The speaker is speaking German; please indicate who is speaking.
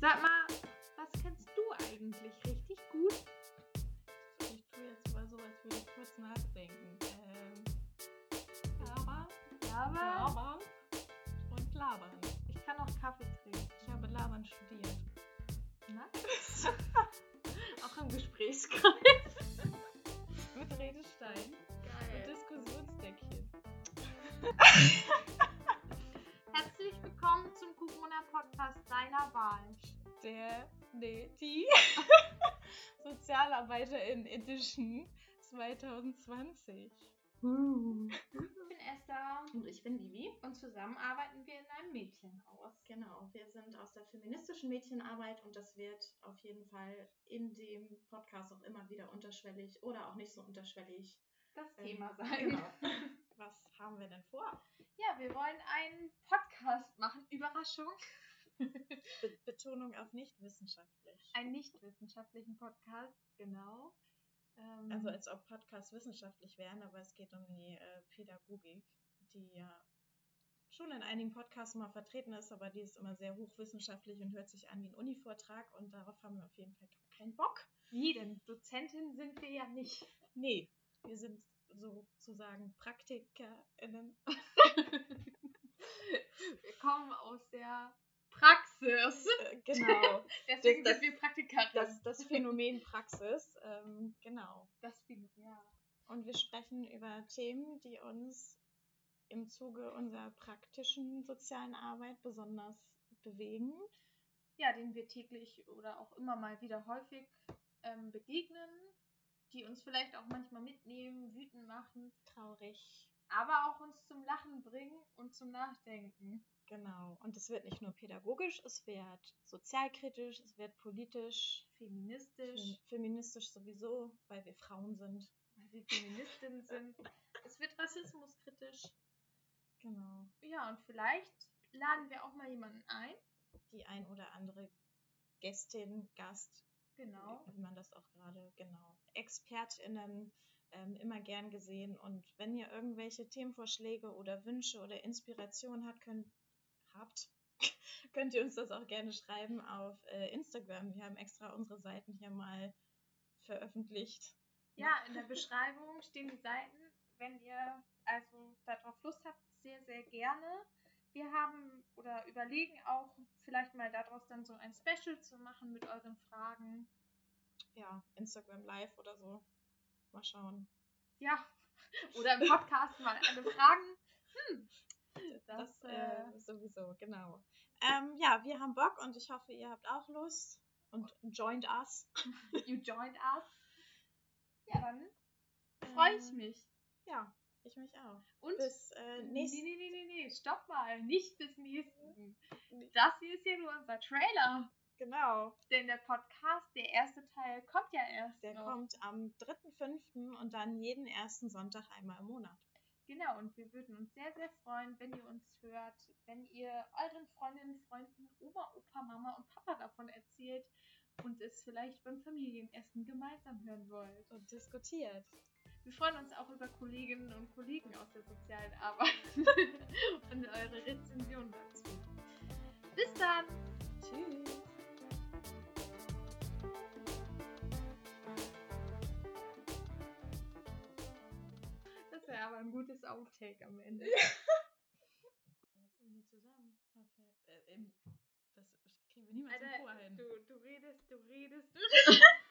Speaker 1: Sag mal, was kannst du eigentlich richtig gut?
Speaker 2: Ich tue jetzt mal so, als würde ich kurz nachdenken. Ähm, labern,
Speaker 1: Labern.
Speaker 2: labern und labern.
Speaker 1: Ich kann auch Kaffee trinken.
Speaker 2: Ich habe labern studiert.
Speaker 1: Nice. auch im Gesprächskreis.
Speaker 2: Mit Redestein und Diskussionsdeckchen.
Speaker 1: Herzlich willkommen zum Corona-Podcast deiner Wahl.
Speaker 2: Der, nee, die Sozialarbeiterin Edition 2020.
Speaker 1: Ich bin Esther
Speaker 3: Und ich bin Vivi.
Speaker 1: und zusammen arbeiten wir in einem Mädchenhaus.
Speaker 3: Genau, wir sind aus der feministischen Mädchenarbeit und das wird auf jeden Fall in dem Podcast auch immer wieder unterschwellig oder auch nicht so unterschwellig.
Speaker 1: Das
Speaker 3: Ähm,
Speaker 1: Thema sein.
Speaker 3: Genau.
Speaker 2: Was haben wir denn vor?
Speaker 1: Ja, wir wollen einen Podcast machen. Überraschung.
Speaker 2: Be Betonung auf nicht wissenschaftlich.
Speaker 1: Einen nicht wissenschaftlichen Podcast, genau. Ähm,
Speaker 2: Also als ob Podcasts wissenschaftlich wären, aber es geht um die äh, Pädagogik, die ja schon in einigen Podcasts mal vertreten ist, aber die ist immer sehr hochwissenschaftlich und hört sich an wie ein Uni-Vortrag und darauf haben wir auf jeden Fall gar keinen Bock.
Speaker 1: wie denn? Dozentin sind wir ja nicht.
Speaker 2: Nee, wir sind sozusagen PraktikerInnen.
Speaker 1: Wir kommen aus der Praxis.
Speaker 2: Äh, genau,
Speaker 1: Deswegen
Speaker 2: Das-
Speaker 1: sind wir Praktikanten.
Speaker 2: das, das Phänomen Praxis, ähm, genau.
Speaker 1: das Phänomen, ja.
Speaker 2: Und wir sprechen über Themen, die uns im Zuge unserer praktischen sozialen Arbeit besonders bewegen.
Speaker 1: ja, denen wir täglich oder auch immer mal wieder häufig ähm, begegnen, die uns vielleicht auch manchmal mitnehmen, wütend machen,
Speaker 2: Traurig.
Speaker 1: aber auch uns zum Lachen bringen und zum Nachdenken.
Speaker 2: Genau. Und es wird nicht nur pädagogisch, es wird sozialkritisch, es wird politisch,
Speaker 1: Feministisch,
Speaker 2: fem- feministisch sowieso, weil wir Frauen sind.
Speaker 1: weil wir Feministinnen sind. Es wird rassismuskritisch.
Speaker 2: Genau.
Speaker 1: Ja, und vielleicht laden wir auch mal jemanden ein.
Speaker 2: Die ein oder andere Gästin, Gast,
Speaker 1: Genau.
Speaker 2: wie man das auch gerade, genau. ExpertInnen ähm, immer gern gesehen. Und wenn ihr irgendwelche Themenvorschläge oder Wünsche oder Inspiration habt, könnt, habt, könnt ihr uns das auch gerne schreiben auf äh, Instagram. Wir haben extra unsere Seiten hier mal veröffentlicht.
Speaker 1: Ja, in der Beschreibung stehen die Seiten, wenn ihr also darauf Lust habt, sehr, sehr gerne. Wir haben oder überlegen auch, vielleicht mal daraus dann so ein Special zu machen mit euren Fragen.
Speaker 2: Ja, Instagram Live oder so. Mal schauen.
Speaker 1: Ja, oder im Podcast mal alle Fragen. Hm, Das,
Speaker 2: Das, äh, sowieso, genau. Ähm, ja, wir haben Bock und ich hoffe, ihr habt auch Lust und joint us.
Speaker 1: You joined us. Ja, dann freue ich
Speaker 2: Ähm,
Speaker 1: mich.
Speaker 2: Ja, ich mich auch.
Speaker 1: Und
Speaker 2: Bis äh,
Speaker 1: Nee,
Speaker 2: nächsten
Speaker 1: nee, nee, nee, nee, stopp mal. Nicht bis nächsten.
Speaker 2: Nee.
Speaker 1: Das hier ist ja nur unser Trailer.
Speaker 2: Genau.
Speaker 1: Denn der Podcast, der erste Teil, kommt ja erst.
Speaker 2: Der
Speaker 1: noch.
Speaker 2: kommt am 3.5. und dann jeden ersten Sonntag einmal im Monat.
Speaker 1: Genau, und wir würden uns sehr, sehr freuen, wenn ihr uns hört, wenn ihr euren Freundinnen, Freunden, Oma, Opa, Mama und Papa davon erzählt und es vielleicht beim Familienessen gemeinsam hören wollt.
Speaker 2: Und diskutiert.
Speaker 1: Wir freuen uns auch über Kolleginnen und Kollegen aus der sozialen Arbeit und eure Rezension dazu. Bis dann!
Speaker 2: Tschüss.
Speaker 1: Das wäre aber ein gutes Outtake am Ende.
Speaker 2: Wir zusammen. Okay. Äh, ähm, das kriegen wir niemals im Chor hin.
Speaker 1: du, du redest, du redest, du